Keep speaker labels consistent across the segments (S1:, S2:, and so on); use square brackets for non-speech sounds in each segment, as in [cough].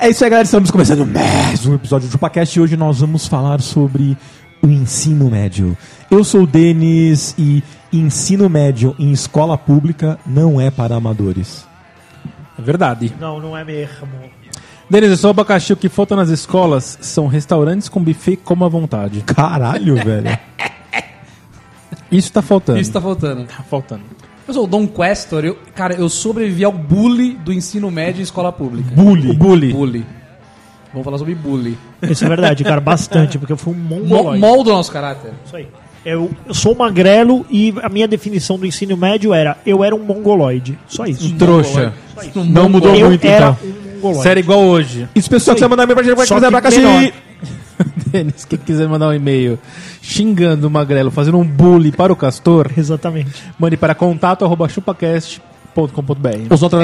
S1: É isso aí, galera. Estamos começando mais um episódio do Chupacast e hoje nós vamos falar sobre o ensino médio. Eu sou o Denis e ensino médio em escola pública não é para amadores.
S2: É verdade.
S3: Não, não é mesmo.
S2: Denis, eu sou o abacaxi. O que falta nas escolas são restaurantes com buffet como à vontade.
S1: Caralho, velho.
S2: Isso tá faltando.
S4: Isso tá faltando.
S2: tá faltando.
S4: Eu sou o Dom Questor. Eu, cara, eu sobrevivi ao bullying do ensino médio em escola pública.
S2: Bully. Bully.
S4: Bullying. Vamos falar sobre bullying.
S3: Isso é verdade, cara, bastante, porque eu fui um
S4: Mo
S3: mongoloide.
S4: molda o nosso caráter.
S3: Isso aí. Eu, eu sou magrelo e a minha definição do ensino médio era eu era um mongoloide. Só isso.
S1: Então,
S2: Trouxa.
S4: Não
S2: Não mudou
S3: eu
S2: muito,
S3: era
S2: então.
S3: um mongoloide.
S2: Sério, igual hoje.
S1: Isso, pessoal, que você mandar meu pra gente, vai
S3: Só
S1: fazer
S3: que
S1: abacaxi.
S3: menor.
S2: [laughs] Denis, quem quiser mandar um e-mail xingando o Magrelo, fazendo um bullying para o Castor,
S3: Exatamente.
S2: mande para contato.chupacast.com.br.
S1: Os outros...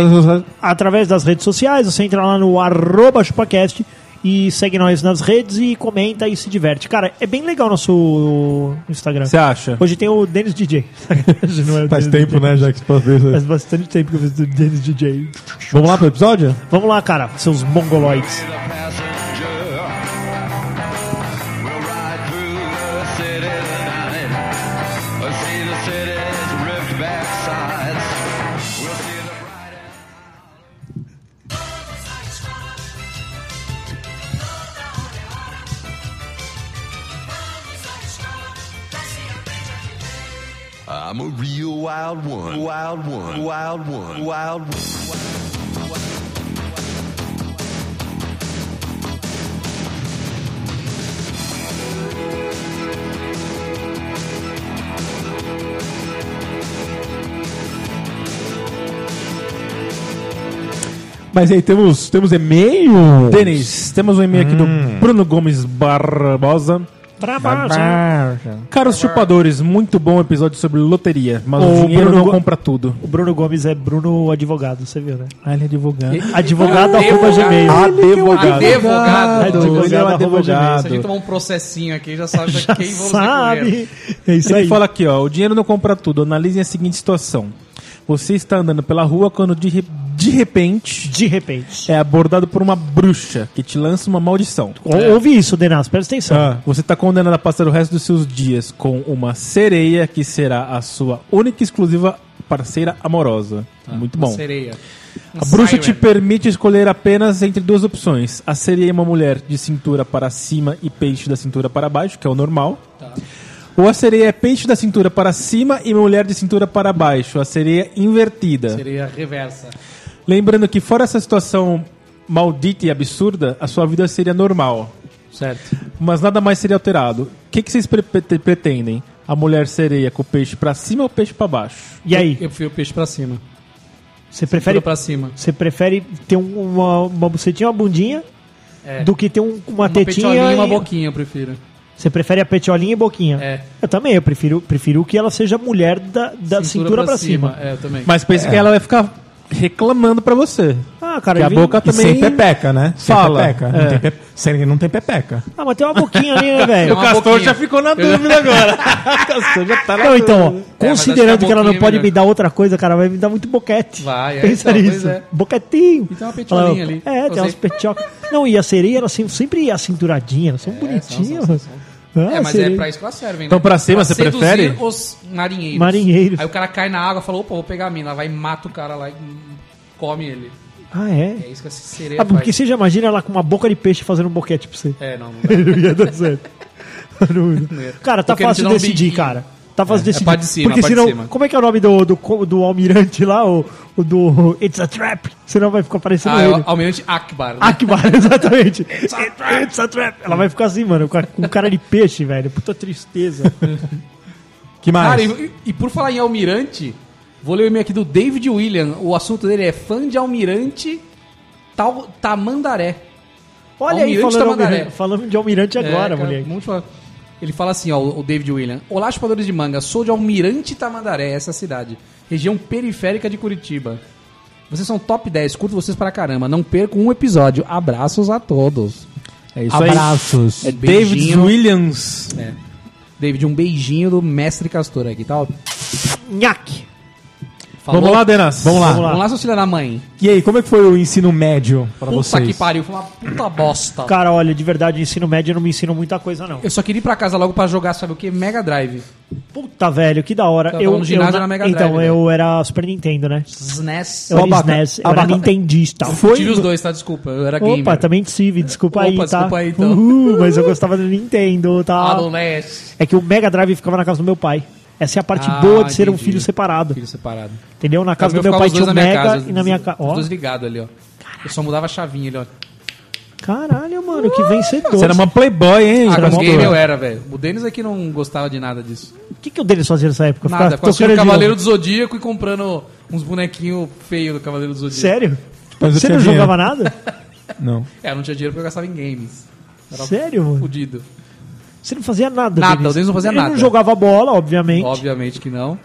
S3: Através das redes sociais, você entra lá no arroba chupacast e segue nós nas redes e comenta e se diverte. Cara, é bem legal nosso Instagram.
S2: Você acha?
S3: Hoje tem o Denis DJ. Sacanagem, não é o
S1: Faz
S3: Dennis
S1: tempo,
S3: DJ.
S1: né, já que você pode ver isso aí.
S3: Faz bastante tempo que eu fiz o Denis DJ.
S1: Vamos lá pro episódio?
S3: Vamos lá, cara, seus mongoloides.
S5: I'm a real wild one, wild one, wild one, wild one.
S1: Mas aí, temos, temos e-mail. Hum.
S2: Denis, temos um e-mail aqui do Bruno Gomes Barbosa.
S3: Pra
S2: Caros chupadores, muito bom episódio sobre loteria, mas
S3: Ô,
S2: o dinheiro
S3: Bruno
S2: não
S3: Go-
S2: compra tudo.
S3: O Bruno Gomes é Bruno advogado, você viu, né?
S2: Ah, ele é advogado.
S3: Advogado
S4: Ele-
S3: arroba gmail.
S1: Advogado.
S4: Advogado.
S3: Advogado.
S2: Ele é um
S3: arroba
S4: Se a gente
S2: advogado.
S4: tomar um processinho aqui, já sabe já [laughs] quem vamos recorrer.
S3: Sabe? É isso
S2: Ele
S3: aí.
S2: fala aqui, ó, o dinheiro não compra tudo. Analisem a seguinte situação. Você está andando pela rua quando de, re- de repente
S3: De repente.
S2: é abordado por uma bruxa que te lança uma maldição.
S3: Ou- Ouve isso, Denas, presta atenção.
S1: Ah.
S2: Você está condenado a passar o resto dos seus dias com uma sereia que será a sua única e exclusiva parceira amorosa. Muito
S4: Ah. Uma
S2: bom.
S4: Sereia. é.
S2: A bruxa te
S4: Siren.
S2: permite escolher apenas entre duas opções. A sereia é uma mulher de cintura para cima e peixe da cintura para baixo, que é o normal. Ou a sereia é peixe da cintura para cima e mulher de cintura para baixo, a sereia invertida.
S4: Sereia reversa.
S2: Lembrando que fora essa situação maldita e absurda, a sua vida seria normal.
S4: Certo.
S2: Mas nada mais seria alterado. O que, que vocês pre- pre- pretendem? A mulher sereia com o peixe para cima ou o peixe para baixo?
S3: E aí,
S4: Eu fui o peixe pra cima.
S3: você prefere,
S4: Tudo pra cima.
S3: você prefere ter um- uma, uma bucetinha, uma bundinha,
S4: É.
S3: do que ter um- uma,
S4: Uma
S3: tetinha
S4: petiolinha e uma
S3: e-
S4: boquinha, eu prefiro.
S3: Você prefere a petiolinha e boquinha.
S4: É.
S3: Eu também, eu prefiro, prefiro que ela seja mulher da, da cintura, pra, cima.
S4: É, eu também.
S2: Mas pense que ela vai ficar reclamando para você.
S3: Ah, cara,
S2: Que a
S3: eu vi-
S2: boca
S1: E
S2: também...
S1: sem pepeca, né? Sem
S2: Fala.
S1: pepeca.
S2: É.
S1: Não, tem pe... sem- não tem pepeca.
S3: Ah, mas tem uma boquinha ali, né, velho?
S4: Tem uma
S2: O Castor
S4: boquinha.
S2: já ficou na dúvida agora. o Castor já tá na
S3: Não,
S2: dúvida.
S3: então, ó,
S4: É, mas acho
S3: considerando
S4: que
S3: que, ela não
S4: é
S3: pode
S4: melhor.
S3: me dar outra coisa, cara, vai me dar muito boquete.
S4: Vai, é,
S3: Pensa
S4: então,
S3: nisso.
S4: pois é.
S3: Boquetinho.
S4: E tem uma petiolinha
S3: Ela-
S4: ali.
S3: É,
S4: Eu
S3: tem
S4: sei.
S3: umas petiocas. Não, e a sereia, elas sempre, sempre acinturadinhas, elas são bonitinhas. Ah,
S4: É, mas
S3: sereia.
S4: é pra isso que elas servem, né?
S2: Então, pra cima, você
S4: seduzir
S2: prefere?
S4: os marinheiros.
S3: Marinheiros.
S4: Aí o cara cai na água e fala, opa, vou pegar a mina. Ela vai e mata o cara lá e hum, come ele.
S3: Ah, é?
S4: É isso que essa sereia
S3: Ah, porque
S4: faz.
S3: você já imagina ela com uma boca de peixe fazendo um boquete pra você. [laughs]
S4: É, não, não dá.
S3: Não ia dar certo. [laughs] Não ia. Cara, tá
S4: Porque ele te
S3: fácil
S4: dá um
S3: decidir,
S4: biquinho.
S3: cara. Tá fazendo decidir.
S4: parte de cima,
S3: Porque
S4: a parte de
S3: senão,
S4: cima.
S3: como é que é o nome do, do, co- do almirante lá? O, o do It's a Trap. Senão vai ficar parecendo
S4: Ah, é
S3: ele.
S4: o Almirante Akbar. né?
S3: Akbar, [laughs] exatamente. It's a trap. Ela vai ficar assim, mano, com, a- com cara de peixe, velho. Puta tristeza.
S1: Que mais?
S4: Cara, e, e por falar em Almirante, vou ler o e-mail aqui do David William. O assunto dele é fã de Almirante tal, Tamandaré.
S3: Olha aí,
S4: Almirante
S3: falando,
S4: Tamandaré.
S3: almirante, falando de almirante agora,
S4: É, cara,
S3: moleque.
S4: muito fã. Ele fala assim, ó, o David William. Olá, chupadores de manga. Sou de Almirante Tamandaré, essa cidade. Região periférica de Curitiba. Vocês são top 10, curto vocês pra caramba. Não percam um episódio. Abraços a todos. É isso
S1: Abraços.
S4: aí. É
S2: David
S4: beijinho.
S2: Williams.
S4: É. David, um beijinho do mestre Castor aqui, tá?
S3: Nhaque.
S4: Falou.
S2: Vamos lá, Denas.
S1: Vamos lá.
S3: Vamos lá.
S4: Vamos lá, seus filha da mãe.
S1: E aí, como é que foi o ensino médio pra
S4: Puta
S1: vocês?
S4: que pariu, foi uma puta bosta.
S3: Cara, olha, de verdade, ensino médio não me ensina muita coisa, não.
S4: Eu só queria ir pra casa logo pra jogar, sabe o que? Mega Drive.
S3: Puta, velho, que da hora.
S4: Tava no ginásio na Mega Drive,
S3: então,
S4: né?
S3: eu era Super Nintendo, né?
S4: SNES.
S3: Eu era
S1: Abaca-
S3: SNES, eu era
S1: Abaca-
S3: Nintendista.
S1: Foi
S4: Tive os dois, tá? Desculpa, eu era gamer.
S3: Opa, também tive, desculpa aí,
S4: Opa,
S3: tá?
S4: desculpa aí, então.
S3: Uhul, mas eu gostava do Nintendo,
S4: Ah.
S3: tá?
S4: Adolescente.
S3: É que o Mega Drive ficava na casa do meu pai. Essa é a parte
S4: Ah,
S3: boa de ser um
S4: entendi.
S3: filho separado.
S4: Filho separado.
S3: Entendeu? Na casa
S4: Também
S3: do meu
S4: ficava
S3: pai
S4: os dois
S3: tinha
S4: na
S3: o
S4: minha
S3: Mega
S4: casa,
S3: e na minha casa.
S4: Os
S3: Ó,
S4: dois ligados ali, ó. Eu só mudava a chavinha ali, ó.
S3: caralho, mano, que vencedor.
S2: Você era uma playboy, hein?
S4: Ah,
S2: jogador?
S4: gamer eu era, velho. O Denis aqui não gostava de nada disso.
S3: O que, que o Denis fazia nessa época?
S4: Nada,
S3: Ficava
S4: ficava assistindo
S3: tocando
S4: Cavaleiro
S3: violão.
S4: do Zodíaco e comprando uns bonequinhos feios do Cavaleiro do Zodíaco.
S3: Sério?
S1: Mas eu
S3: Você
S1: tinha
S3: não
S1: dinheiro.
S3: jogava nada?
S1: Não.
S4: É, eu não tinha dinheiro porque eu gastava em games. [laughs] Era
S3: Sério, mano?
S4: Fudido.
S3: Você não fazia nada,
S4: Nada, o Denis não fazia
S3: Ele
S4: nada.
S3: não jogava bola, obviamente.
S4: Obviamente que não.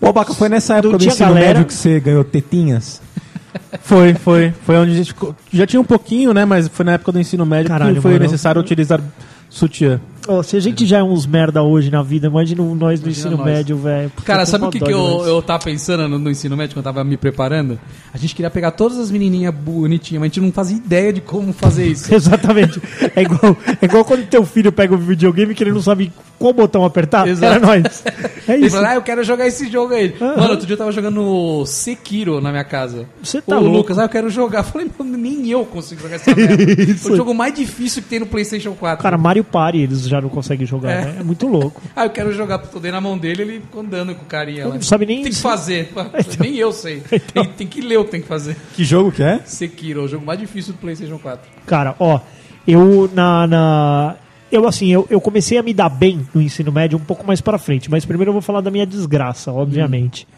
S1: Ô, Abaca, foi nessa época do
S3: tinha
S1: ensino
S3: galera.
S1: médio que você ganhou tetinhas?
S2: [laughs] Foi, foi. Foi onde a gente. ficou- Já tinha um pouquinho, né? Mas foi na época do ensino médio
S3: Caralho,
S2: que foi
S3: mano.
S2: necessário utilizar sutiã.
S3: Ó, se a gente já é uns merda hoje na vida, imagina um nós do ensino
S4: nós.
S3: médio, velho. Puta,
S4: Cara,
S3: tô
S4: sabe
S3: com
S4: o que,
S3: dó
S4: que eu,
S3: demais.
S4: eu tava pensando no, no ensino médio quando eu tava me preparando? A gente queria pegar todas as menininhas bonitinhas, mas a gente não fazia ideia de como fazer isso.
S3: [laughs] Exatamente. É igual, é igual quando teu filho pega um videogame que ele não sabe qual botão apertar.
S4: Exato. [laughs]
S3: Era nós. É
S4: Ele
S3: isso.
S4: falou, ah, eu quero jogar esse jogo aí.
S3: Aham.
S4: Mano, outro dia eu tava jogando Sekiro na minha casa.
S3: Você tá
S4: o
S3: louco.
S4: Lucas, ah, eu quero jogar. [laughs] Eu falei, mano, nem eu consigo jogar essa
S3: [laughs]
S4: merda. Foi o jogo mais difícil que tem no PlayStation 4.
S3: Cara, Mario Party eles já não conseguem jogar,
S4: É.
S3: né? É muito louco.
S4: Ah, eu quero jogar, tô dei na mão dele, ele ficou andando com o carinha lá.
S3: Não sabe nem- Então.
S4: Tem que
S3: [laughs]
S4: fazer. [laughs] Nem eu sei. Tem, tem que ler o que tem que fazer. [laughs]
S1: Que jogo que é?
S4: Sekiro, o jogo mais difícil do PlayStation 4.
S3: Cara, ó, eu na. na- eu, assim, eu, eu comecei a me dar bem no ensino médio um pouco mais pra frente, mas primeiro eu vou falar da minha desgraça, obviamente.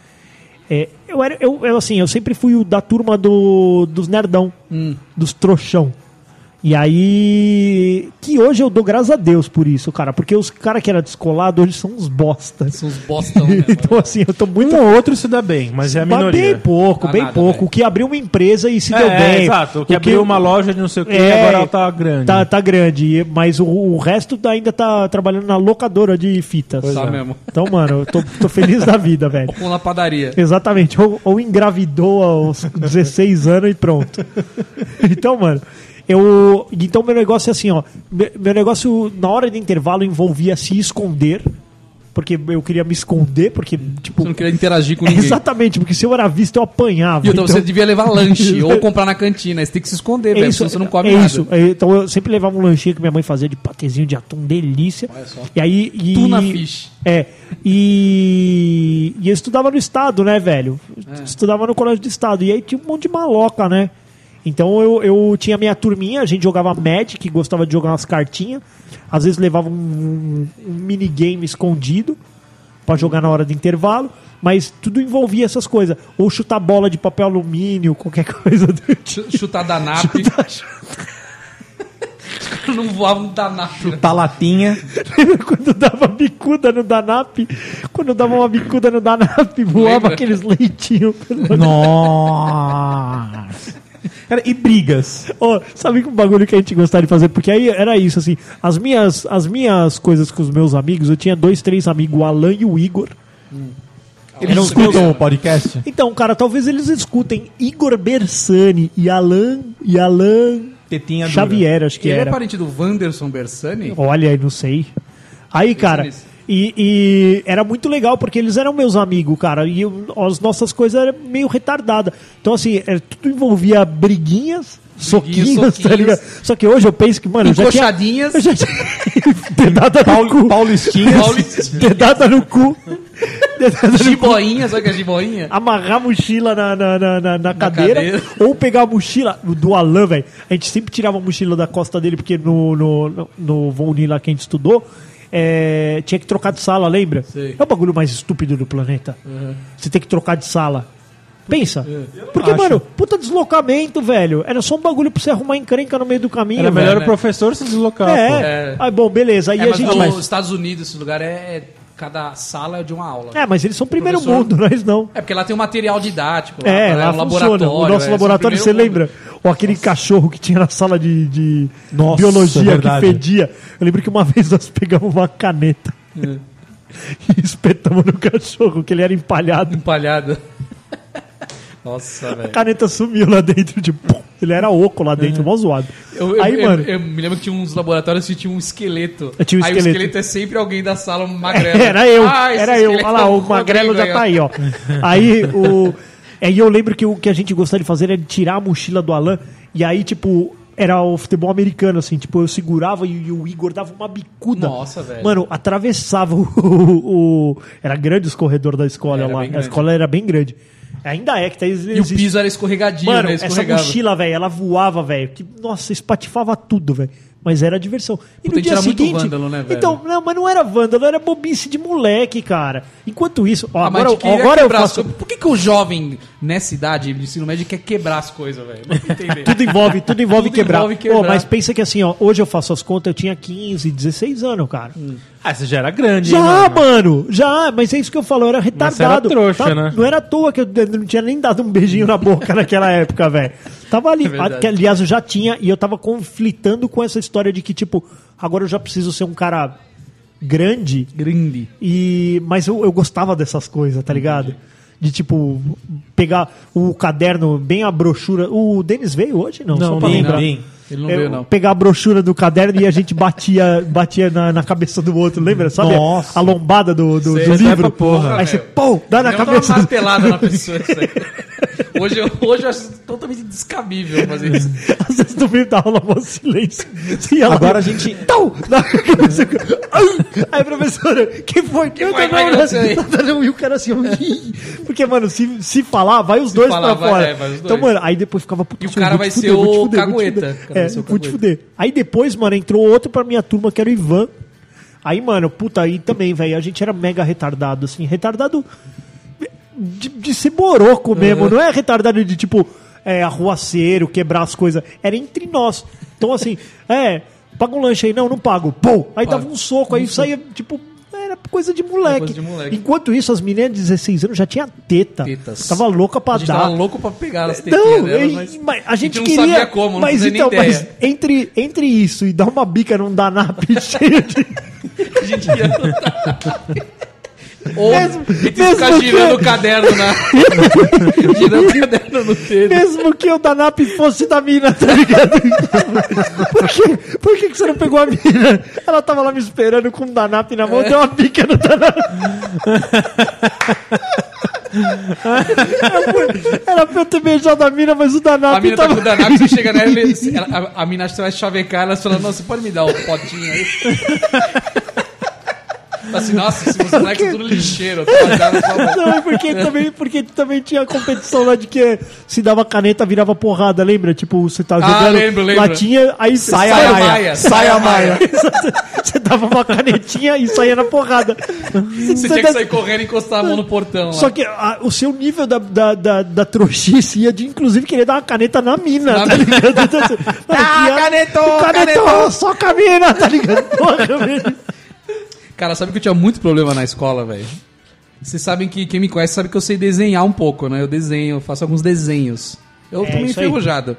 S3: É, eu era, eu, eu, assim, eu sempre fui o da turma do, dos nerdão,
S2: Hum.
S3: dos trouxão. E aí. Que hoje eu dou graças a Deus por isso, cara, porque os caras que era descolado hoje são uns bostas.
S4: São os bostão,
S2: É,
S3: [laughs]
S4: né? mano?
S3: Então, assim, eu tô muito.
S2: Um ou outro se dá bem, mas é a
S3: Mas
S2: minoria.
S3: bem pouco,
S4: Ah,
S3: bem
S4: nada,
S3: pouco.
S4: velho.
S3: O que abriu uma empresa e se
S2: Tá né? É,
S3: deu
S2: é,
S3: bem.
S2: exato. O que abriu uma loja de não sei o que e agora ela tá grande.
S3: É. Tá, tá grande, e- mas o, o resto ainda tá trabalhando na locadora de fitas.
S4: Tá
S3: sabe?
S4: mesmo.
S3: Então, mano, eu tô, tô feliz da vida, velho.
S4: Ou na padaria.
S3: Exatamente. Ou, ou engravidou aos 16 anos e pronto. Então, mano, eu. Então, meu negócio é assim, ó. Meu, meu negócio, na hora de intervalo, envolvia se esconder. Porque eu queria me esconder, porque, tipo.
S4: Você não queria interagir com
S3: É,
S4: ninguém.
S3: Exatamente, porque se eu era visto, eu apanhava.
S4: E então, você
S3: Então,
S4: devia
S3: [laughs]
S4: levar lanche ou comprar na cantina. Você tem que se esconder, velho. Senão você não come
S3: é
S4: nada.
S3: isso. É, Então eu sempre levava um lanchinho que minha mãe fazia de patezinho de atum, delícia. Olha só. E aí. E,
S4: Tuna fish.
S3: É. E, e eu estudava no estado, né, velho?
S4: É.
S3: Estudava no colégio do estado. E aí tinha um monte de maloca, né? Então eu, eu tinha minha turminha, a gente jogava Magic, que gostava de jogar umas cartinhas. Às vezes levava um, um, um minigame escondido pra jogar na hora do intervalo. Mas tudo envolvia essas coisas. Ou chutar bola de papel alumínio, qualquer [laughs] coisa do tipo.
S4: Chu- Chutar
S3: [laughs]
S4: danap. não voava um danap. né?
S1: Tá latinha.
S3: Lembra [laughs] quando dava bicuda no Danap? Quando dava uma bicuda no Danap, voava
S4: Lembra?
S3: aqueles leitinhos. pelo-
S1: Nossa. Cara, e brigas?
S3: Ó, sabe que um bagulho que a gente gostava de fazer? Porque aí era isso, assim. As minhas, as minhas coisas com os meus amigos, eu tinha dois, três amigos, o Alan e o Igor.
S1: Eles
S3: Eram os
S1: escutam o podcast?
S3: Então, cara, talvez eles escutem Igor Bersani e Alan, e Alan
S1: Tetinha dura.
S3: Xavier, acho que
S4: Ele é
S3: era.
S4: parente do Wanderson Bersani?
S3: Olha, eu não sei. Aí, cara,
S4: nisso.
S3: E, e era muito legal, porque eles eram meus amigos, cara. E eu- as nossas coisas eram meio retardadas. Então, assim, era- tudo envolvia briguinhas, soquinhos, tá
S4: soquinhos.
S3: ligado? Só que hoje eu penso que, mano, eu já tinha...
S4: Encoxadinhas.
S3: Eu já tinha... Dedada no cu.
S1: Paulistinha.
S3: [laughs] Dedada no cu. Dedada no
S4: Jiboinha, sabe o que é jiboinha?
S3: amarrar a mochila na, na, na, na- na cadeira,
S4: cadeira.
S3: ou pegar a mochila do Alan, velho. A gente sempre tirava a mochila da costa dele, porque no, no, no, no Von Lee lá que a gente estudou, é, tinha que trocar de sala, lembra?
S4: Sei.
S3: É o bagulho mais estúpido do planeta. Você tem que trocar de sala. Pensa. Porque, mano, puta deslocamento, velho. Era só um bagulho pra você arrumar encrenca no meio do caminho.
S2: Era melhor
S3: velho.
S2: o professor se deslocar.
S3: É.
S2: pô.
S4: É.
S3: Aí, bom, beleza. Aí
S4: É,
S3: a
S4: mas
S3: gente.
S4: nos Estados Unidos, esse lugar é, é- Cada sala é de uma aula.
S3: É, mas eles são primeiro
S4: Professor-
S3: mundo, [laughs] nós não.
S4: É porque lá tem um material didático.
S3: É,
S4: né,
S3: lá
S4: um
S3: funciona. O nosso
S4: é,
S3: laboratório,
S4: são
S3: você
S4: primeiro mundo.
S3: lembra? Ou aquele cachorro que tinha na sala de, de
S1: Nossa, é
S3: biologia que
S1: verdade.
S3: fedia. Eu lembro que uma [laughs] vez nós pegamos uma caneta
S4: É.
S3: [laughs] e espetamos no cachorro, que ele era empalhado.
S4: Empalhado. [laughs] Nossa, velho.
S3: A caneta sumiu lá dentro, de pum. Ele era oco lá dentro, mó zoado.
S4: É. Eu, eu-
S3: Aí,
S4: eu-
S3: mano,
S4: eu me lembro que tinha uns laboratórios que tinha um esqueleto.
S3: Eu tinha um
S4: aí o
S3: esqueleto.
S4: esqueleto é sempre alguém da sala, um magrelo.
S3: [laughs] Era eu,
S4: Ah, esse
S3: era eu.
S4: esqueleto
S3: Olha lá,
S4: é
S3: o magrelo
S4: Rodrigo
S3: já
S4: aí,
S3: tá
S4: ó.
S3: aí, ó. Aí o. Aí eu lembro que o que a gente gostava de fazer era de tirar a mochila do Alan e aí, tipo. Era o futebol americano, assim, tipo, eu segurava e, o Igor dava uma bicuda.
S4: Nossa, velho.
S3: Mano, atravessava [laughs] o. o- o- era grande os corredor da escola
S4: Era
S3: lá.
S4: bem
S3: A
S4: grande.
S3: escola era bem grande. Ainda é que tá existe.
S4: E o piso era escorregadinho,
S3: Mano,
S4: né?
S3: essa
S4: Escorregava.
S3: mochila, velho, ela voava, velho. Que, nossa, espatifava tudo, velho. Mas era diversão.
S4: Puta, a
S3: E no
S4: gente
S3: dia
S4: era muito
S3: seguinte.
S4: vândalo, né, velho?
S3: Então, não, mas não era vândalo, era bobice de moleque, cara. Enquanto isso, ó,
S4: Ah, mas
S3: agora,
S4: de querer
S3: agora eu
S4: quebrar as
S3: faço.
S4: coisas. Por que, que o jovem nessa idade de ensino médio quer quebrar as coisas, velho?
S3: [laughs]
S4: Não tô entendendo.
S3: Tudo
S4: [laughs]
S3: envolve, tudo envolve
S4: Tudo
S3: quebrar.
S4: envolve quebrar.
S3: Ô, mas pensa que assim, ó, hoje eu faço as contas, eu tinha 15, 16 anos, cara.
S4: Hum.
S2: Ah, você já era grande, hein,
S3: Já,
S2: mano?
S3: mano, já, mas é isso que eu falo, eu era
S2: Mas você era
S3: retardado. tá?
S2: trouxa, né?
S3: Não era à toa que eu de- não tinha nem dado um beijinho
S2: [laughs]
S3: na boca naquela época, velho. Tava
S2: É
S3: ali,
S4: verdade.
S3: A- que, aliás, eu já tinha, e eu tava conflitando com essa história de que, tipo, agora eu já preciso ser um cara grande,
S4: Grande.
S3: e mas eu, eu gostava dessas coisas, tá ligado? De tipo, pegar o caderno bem a brochura. O Denis veio hoje? Não,
S2: Não,
S3: só pra
S2: não,
S3: lembrar.
S2: não.
S4: Ele não
S3: Eu-
S4: veio, não.
S3: Pegar a brochura do caderno e a gente batia, batia na, na cabeça do outro, lembra? Sabe?
S1: Nossa.
S3: A lombada do, do,
S4: Sei,
S3: do
S4: vai pra
S3: livro.
S4: porra,
S3: aí você,
S4: velho.
S3: pô, dá na
S4: Eu dou
S3: cabeça
S4: uma
S3: do...
S4: martelada na pessoa isso aí.
S3: [laughs]
S4: Hoje eu, hoje eu acho totalmente descabível fazer isso.
S3: Às vezes no meio da aula um silêncio. E ela-
S1: Agora a gente-
S3: Tau! Na cabeça. Ai! Aí, professora, quem foi? Quem
S4: foi? Vai, você aí.
S3: E o cara assim, ó, porque, mano, se, se falar, vai os dois
S4: falar,
S3: pra
S4: vai,
S3: fora.
S4: é, vai os
S3: Então,
S4: dois.
S3: mano, aí depois ficava puto.
S4: E o
S3: assim, eu
S4: cara
S3: vou
S4: vai
S3: te
S4: ser
S3: fuder, vou te
S4: o
S3: fuder, vou te
S4: cagueta.
S3: fuder.
S4: O cara vai
S3: É,
S4: ser o
S3: vou te
S4: cagueta.
S3: fuder. Aí depois, mano, entrou outro pra minha turma, que era o Ivan. Aí, mano, puta, aí também, velho, a gente era mega retardado, assim, retardado de, de ser boroco mesmo, não é retardado de tipo é, arruaceiro, quebrar as coisas. Era entre nós. Então, assim, [laughs] é, paga um lanche aí, não, não pago. Pô! Aí
S4: Pago.
S3: dava um soco, aí saía, tipo, era coisa de moleque.
S4: Coisa de moleque.
S3: Enquanto isso, as meninas de 16 anos já tinham teta.
S4: Tetas.
S3: Tava louca pra
S4: A gente
S3: dar.
S4: tava louco pra pegar as tetinhas
S3: Não,
S4: delas, mas,
S3: e- mas a gente
S4: não
S3: queria.
S4: sabia como, não
S3: mas
S4: fazia
S3: então,
S4: nem
S3: mas
S4: ideia.
S3: entre, entre isso e dar uma bica num danap [laughs] cheio de.
S4: A gente ia Ou
S3: Mesmo-
S4: e tu
S3: mesmo
S4: ficar
S3: que-
S4: girando o caderno na. [laughs] girando o caderno no dedo.
S3: Mesmo que o Danap fosse da mina, tá ligado? Por, que, por que, que você não pegou a mina? Ela tava lá me esperando com o Danap na
S4: É.
S3: mão, deu uma pica no Danap. Era pra- Era pra eu ter beijado a mina, mas o Danap
S4: A mina tá
S3: tava...
S4: com o danado, você chega nela e ela- a, a mina acha que você vai chavecar, ela fala, nossa, você pode me dar o potinho aí? [laughs] Fala assim, nossa, se você moleque é tudo lixeiro, eu tô guardando sua mão."
S3: Não, é porque também, porque também tinha competição lá de que se dava caneta, virava porrada, lembra? Tipo, você tava
S4: Ah,
S3: jogando
S4: lembro, lembro.
S3: latinha, aí
S4: Sai a maia, sai a maia.
S3: Você [laughs] dava uma canetinha e saía na porrada.
S4: Você tinha que sair correndo e encostar a mão no portão lá.
S3: Só que a- o seu nível da, da, da, da trouxice ia é de, inclusive, querer dar uma caneta na mina,
S4: Na
S3: tá
S4: mina.
S3: ligado? Então,
S4: [laughs]
S3: assim,
S4: Ah,
S3: que ia-
S4: canetou,
S3: o canetou, só com a mina, tá ligado?
S4: [laughs]
S3: Porra, velho.
S4: Cara, sabe que eu tinha muito problema na escola, velho? Vocês sabem que quem me conhece sabe que eu sei desenhar um pouco, né? Eu desenho, eu faço alguns desenhos. Eu
S3: É,
S4: tô meio
S3: isso aí.
S4: enferrujado.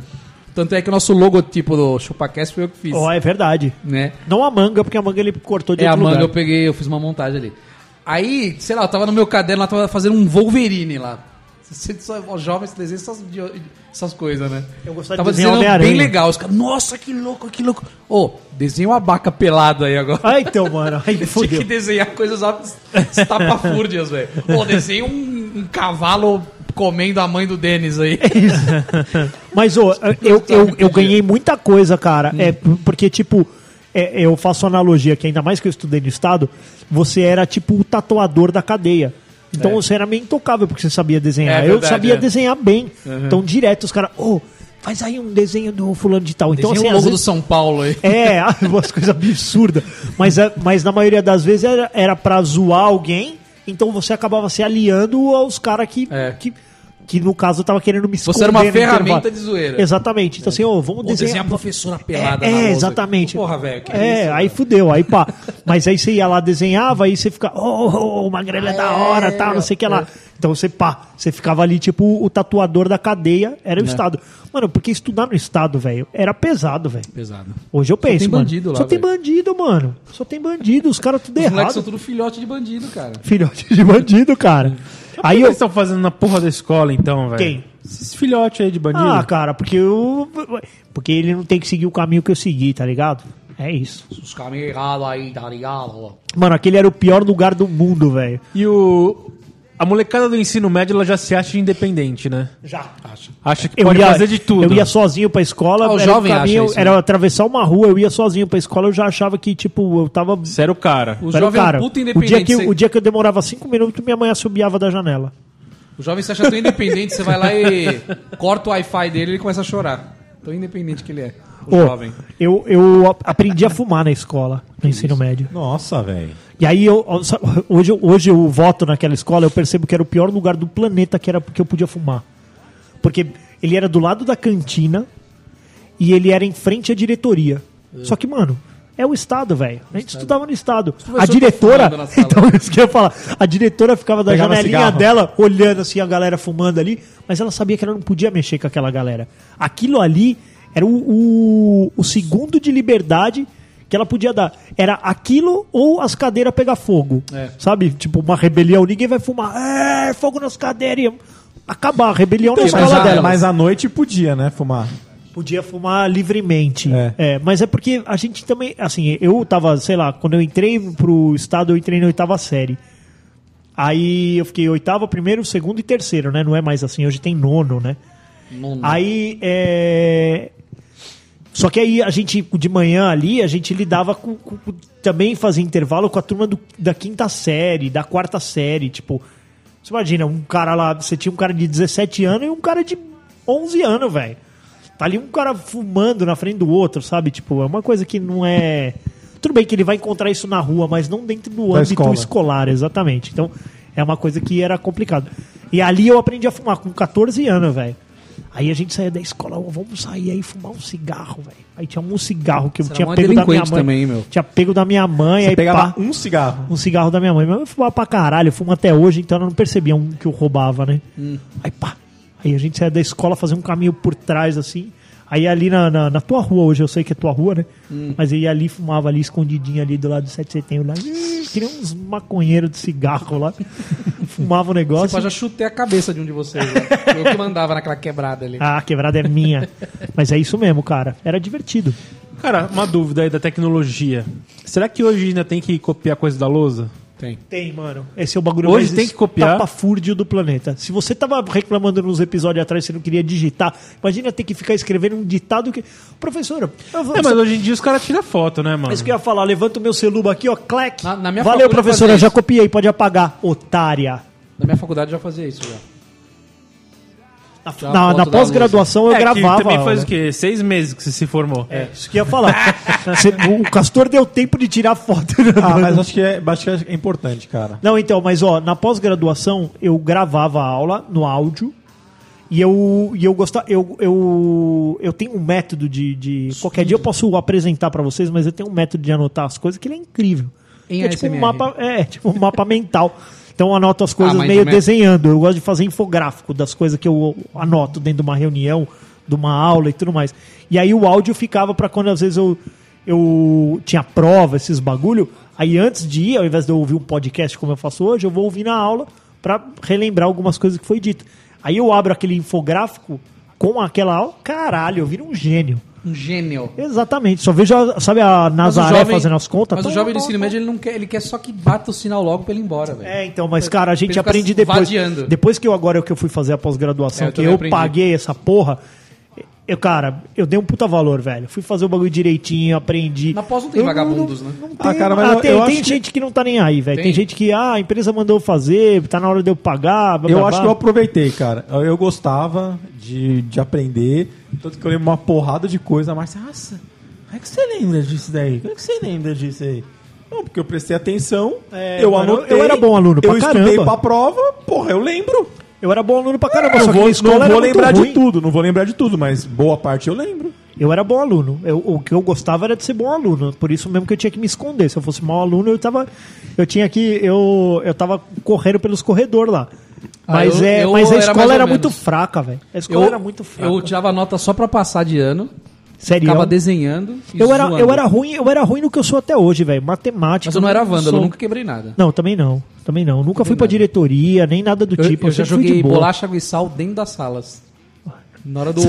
S4: Tanto é que o nosso logotipo do ChupaCast foi eu que fiz,
S3: Ó, é verdade.
S4: né?
S3: Não a manga, porque a manga ele cortou de
S4: É, a
S3: outro
S4: manga eu
S3: lugar.
S4: peguei, eu fiz uma montagem ali. Aí, sei lá, eu tava no meu caderno, lá tava fazendo um Wolverine lá. Você só ó, jovem se desenha essas, idio- essas coisas, né?
S3: Eu gostava de
S4: Tava
S3: desenhar
S4: desenhando
S3: Homem-Aranha.
S4: bem legal. Os caras, nossa, que louco, que louco. Ô, desenha uma vaca pelada aí agora.
S3: Ah, então, mano. [laughs] Aí
S4: Tinha que
S3: fodeu.
S4: desenhar coisas ab- estapafúrdias, velho. Ô, desenha um, um cavalo comendo a mãe do Denis aí.
S3: É, Mas, ô,
S4: é
S3: eu, eu, eu ganhei muita coisa, cara.
S4: Hum.
S3: É, p- porque, tipo, é, eu faço analogia que ainda mais que eu estudei no Estado, você era tipo o tatuador da cadeia. Então você era meio intocável porque você sabia desenhar.
S4: É
S3: eu
S4: verdade,
S3: sabia
S4: é.
S3: desenhar bem. Então, direto, os caras, ô, faz aí um desenho do fulano de tal. Então,
S4: desenha o
S3: assim, às
S4: logo do
S3: vezes-
S4: São Paulo aí.
S3: É, [laughs] umas coisas absurdas. Mas, é- mas na maioria das vezes era, era pra zoar alguém, então você acabava se aliando aos caras que,
S4: É.
S3: que. Que no caso tava querendo me esconder.
S4: Você era uma
S3: no intervalo.
S4: ferramenta de zoeira.
S3: Exatamente. Então assim, ô,
S4: Ou
S3: vamos
S4: desenha a
S3: desenhar.
S4: professora pelada
S3: é,
S4: na
S3: é,
S4: lousa.
S3: exatamente.
S4: Porra, velho, que
S3: é,
S4: isso,
S3: aí fudeu, aí
S4: [laughs]
S3: pá. Mas aí você ia lá, desenhava, aí você fica, ô, oh, uma grelha
S4: É,
S3: da hora, tal, não sei o que lá. Então você pá, você ficava ali, tipo, o tatuador da cadeia era o
S4: Né.
S3: Estado. Mano, porque estudar no Estado, velho, era pesado, velho.
S4: Pesado.
S3: Hoje eu penso,
S4: tem
S3: mano.
S4: bandido lá,
S3: Só tem
S4: velho.
S3: bandido, mano. Só tem bandido, os caras tudo
S4: Os moleques
S3: errado.
S4: são tudo filhote de bandido, cara.
S3: Filhote de bandido, cara. Aí
S2: que
S3: eu
S2: eles estão fazendo na porra da escola, então, velho?
S3: Quem?
S2: Esses filhotes aí de bandido.
S3: Ah, cara, porque eu porque ele não tem que seguir o caminho que eu segui, tá ligado? É isso.
S4: Os caminhos errados aí, tá ligado? Ó.
S3: Mano, aquele era o pior lugar do mundo, velho.
S2: E o... A molecada do ensino médio, ela já se acha independente, né?
S3: Já.
S2: Acha que
S3: Eu
S2: pode
S3: ia
S2: fazer de tudo.
S3: Eu ia sozinho pra escola,
S4: Ah, o
S3: era
S4: jovem
S3: o caminho,
S4: acha isso,
S3: era
S4: né?
S3: atravessar uma rua, eu ia sozinho pra escola, eu já achava que tipo, eu tava
S2: Você era o cara.
S4: O
S3: era
S4: jovem
S3: cara.
S4: é um puta
S3: o dia
S4: independente.
S3: que
S4: você-
S3: o dia que eu demorava cinco minutos, minha mãe assobiava da janela.
S4: O jovem se acha tão independente, você vai lá e corta o Wi-Fi dele e ele começa a chorar. Tão independente que ele é, o
S3: Ô,
S4: jovem.
S3: Eu, eu a- aprendi a fumar na escola, no ensino médio.
S1: Nossa, velho.
S3: E aí, eu, hoje, eu- hoje eu voto naquela escola, eu percebo que era o pior lugar do planeta que era porque eu podia fumar. Porque ele era do lado da cantina e ele era em frente à diretoria. Só que, mano, é o Estado, velho. A gente estudava no Estado. A
S4: professores
S3: diretora.
S4: tão fumando na sala.
S3: [laughs] Então, isso que eu ia falar. A diretora ficava da
S1: Pegava
S3: janelinha
S1: cigarro.
S3: dela, olhando assim a galera fumando ali, mas ela sabia que ela não podia mexer com aquela galera. Aquilo ali era o, o, o segundo de liberdade que ela podia dar. Era aquilo ou as cadeiras pegar fogo.
S4: É.
S3: Sabe? Tipo, uma rebelião, ninguém vai fumar. É, fogo nas cadeiras. Ia Acabar a rebelião na
S1: Então, Mas,
S4: mas
S3: escola
S4: a-
S1: à-
S3: dela.
S1: mas à noite podia, né, fumar.
S3: Podia fumar livremente.
S1: É.
S3: É. mas é porque a gente também. Assim, eu tava, sei lá, quando eu entrei pro estado, eu entrei na oitava série. Aí eu fiquei oitava, primeiro, segundo e terceiro, né? Não é mais assim, hoje tem nono, né?
S4: Nono.
S3: Aí é. Só que aí a gente, de manhã ali, a gente lidava com. com- com- também fazia intervalo com a turma do- da quinta série, da quarta série. Tipo, você imagina, um cara lá. Você tinha um cara de 17 anos e um cara de 11 anos, velho. Tá ali um cara fumando na frente do outro, sabe? Tipo, é uma coisa que não é. Tudo bem que ele vai encontrar isso na rua, mas não dentro do
S1: Da
S3: âmbito
S1: escola.
S3: escolar, exatamente. Então, é uma coisa que era complicado. E ali eu aprendi a fumar com 14 anos, velho. Aí a gente saía da escola, "Ô, vamos sair aí fumar um cigarro, velho. Aí tinha um cigarro que eu
S4: Você era
S3: tinha
S4: mó
S3: pego da minha
S4: delinquente
S3: mãe.
S4: também, hein, meu?
S3: Tinha pego da minha mãe,
S1: Você
S3: aí
S1: pegava
S3: pá,
S1: um cigarro.
S3: um cigarro da minha mãe. Minha mãe fumava pra caralho, eu fumo até hoje, então ela não percebia um que eu roubava, né? Aí pá. Aí a gente saía da escola, fazia um caminho por trás, assim. Aí ali na, na, na tua rua, hoje eu sei que é tua rua, né? Mas aí ali fumava ali, escondidinho ali do lado do 7 de setembro, lá. Ih, Queria uns maconheiros de cigarro lá. [laughs] fumava o negócio.
S4: Tipo, eu já chutei a cabeça de um de vocês. Né? Eu que mandava naquela quebrada ali.
S3: Ah, a quebrada é minha. Mas é isso mesmo, cara. Era divertido.
S2: Cara, uma dúvida aí da tecnologia. Será que hoje ainda tem que copiar coisa da lousa?
S4: Tem.
S3: Tem, mano. Esse é o bagulho
S2: Hoje tem que copiar.
S3: tapafúrdio do planeta. Se você tava reclamando nos episódios atrás que você não queria digitar, imagina ter que ficar escrevendo um ditado que. Professora, eu vou...
S2: É, mas hoje em dia os caras tiram foto, né, mano?
S3: isso que eu ia falar, levanta o meu celular aqui, ó, clack.
S4: Na- na minha
S3: Valeu,
S4: faculdade fazia
S3: professora, já
S4: isso.
S3: copiei, pode apagar, otária.
S4: Na minha faculdade eu já fazia isso já. Tá
S3: Na, na
S4: foto da
S3: pós-graduação eu
S2: É, que
S3: gravava.
S2: também faz
S3: né?
S2: o quê? Seis meses que você se formou.
S3: É, isso que eu
S2: [laughs]
S3: ia falar. Você- o Castor deu tempo de tirar foto.
S1: Ah, mas acho que, é, acho que é importante, cara.
S3: Não, então, mas ó, na pós-graduação eu gravava a aula no áudio e eu, e eu gostava. Eu, eu, eu tenho um método de. de- qualquer dia eu posso apresentar pra vocês, mas eu tenho um método de anotar as coisas que ele é incrível.
S4: Em
S3: é tipo um
S4: ASMR.
S3: mapa, [laughs] é, tipo um mapa mental. Então eu anoto as coisas
S4: Ah, mas
S3: meio
S4: também- é
S3: desenhando. Eu gosto de fazer infográfico das coisas que eu anoto dentro de uma reunião, de uma aula e tudo mais. E aí o áudio ficava pra quando às vezes eu, eu tinha prova, esses bagulho. Aí antes de ir, ao invés de eu ouvir um podcast como eu faço hoje, eu vou ouvir na aula pra relembrar algumas coisas que foi dito. Aí eu abro aquele infográfico com aquela. Caralho, eu viro um gênio.
S4: Um gênio.
S3: Exatamente. Só vejo, a- sabe, a
S4: Mas o
S3: Nazaré
S4: jovem-
S3: fazendo as contas. tá
S4: Mas o
S3: Tom,
S4: jovem do
S3: tom,
S4: ensino
S3: tom.
S4: médio, ele, não quer, ele quer só que bata o sinal logo pra ele ir embora, velho.
S3: É, então, mas cara, a gente
S4: Ele fica
S3: aprende depois.
S4: vadiando.
S3: Depois que eu agora que eu fui fazer a pós-graduação,
S4: É, eu
S3: que
S4: também
S3: eu
S4: aprendi.
S3: paguei essa porra, eu, cara, eu dei um puta valor, velho. Fui fazer o bagulho direitinho, aprendi.
S4: Na pós não tem
S3: Eu
S4: vagabundos,
S3: não-
S4: né?
S3: não
S1: Ah,
S3: tem-
S1: cara, mas
S3: ah,
S1: eu-
S3: tem,
S1: eu
S3: tem
S1: acho que-
S3: gente que não tá nem aí, velho. Tem.
S4: Tem.
S3: gente que, ah, a empresa mandou eu fazer, tá na hora de eu pagar. Blá,
S1: Eu
S3: blá,
S1: acho que eu
S3: blá.
S1: aproveitei, cara. Eu eu gostava de, de aprender. Tanto que eu lembro uma porrada de coisa. A Márcia, nossa, como é que você lembra disso daí? Como é que você lembra disso aí? Não, porque eu prestei atenção,
S3: É,
S1: eu
S3: mano, eu-
S1: anotei.
S3: eu era bom aluno pra
S1: Eu estudei
S3: caramba.
S1: pra prova, porra, eu lembro.
S3: Eu era bom aluno pra caramba, só
S1: não
S3: que
S1: vou,
S3: na escola
S1: não
S3: era
S1: vou
S3: muito
S1: lembrar
S3: ruim.
S1: de tudo, não vou lembrar de tudo, mas boa parte eu lembro.
S3: Eu era bom aluno. Eu- o que eu gostava era de ser bom aluno. Por isso mesmo que eu tinha que me esconder. Se eu fosse mau aluno, eu tava. Eu tinha que. Eu, eu tava correndo pelos corredores lá.
S4: Ah,
S3: Mas,
S4: eu-
S3: é,
S4: eu
S3: mas a
S4: era mais
S3: escola
S4: ou
S3: era
S4: menos.
S3: muito fraca, velho. A escola era muito fraca.
S4: eu tirava nota só pra passar de ano,
S3: Sério.
S4: ficava desenhando e
S3: Eu era,
S4: zoando.
S3: eu era ruim, eu era ruim no que eu sou até hoje, velho. Matemática.
S4: Mas eu não era vândalo,
S3: sou-
S4: eu nunca quebrei nada.
S3: Não, também não. Também não. Nunca fui pra
S4: nada.
S3: diretoria, nem nada do
S4: Eu,
S3: tipo.
S4: eu já
S3: sempre fui de
S4: joguei
S3: boa.
S4: bolacha, água e sal dentro das salas. Na
S3: [laughs]
S4: hora do...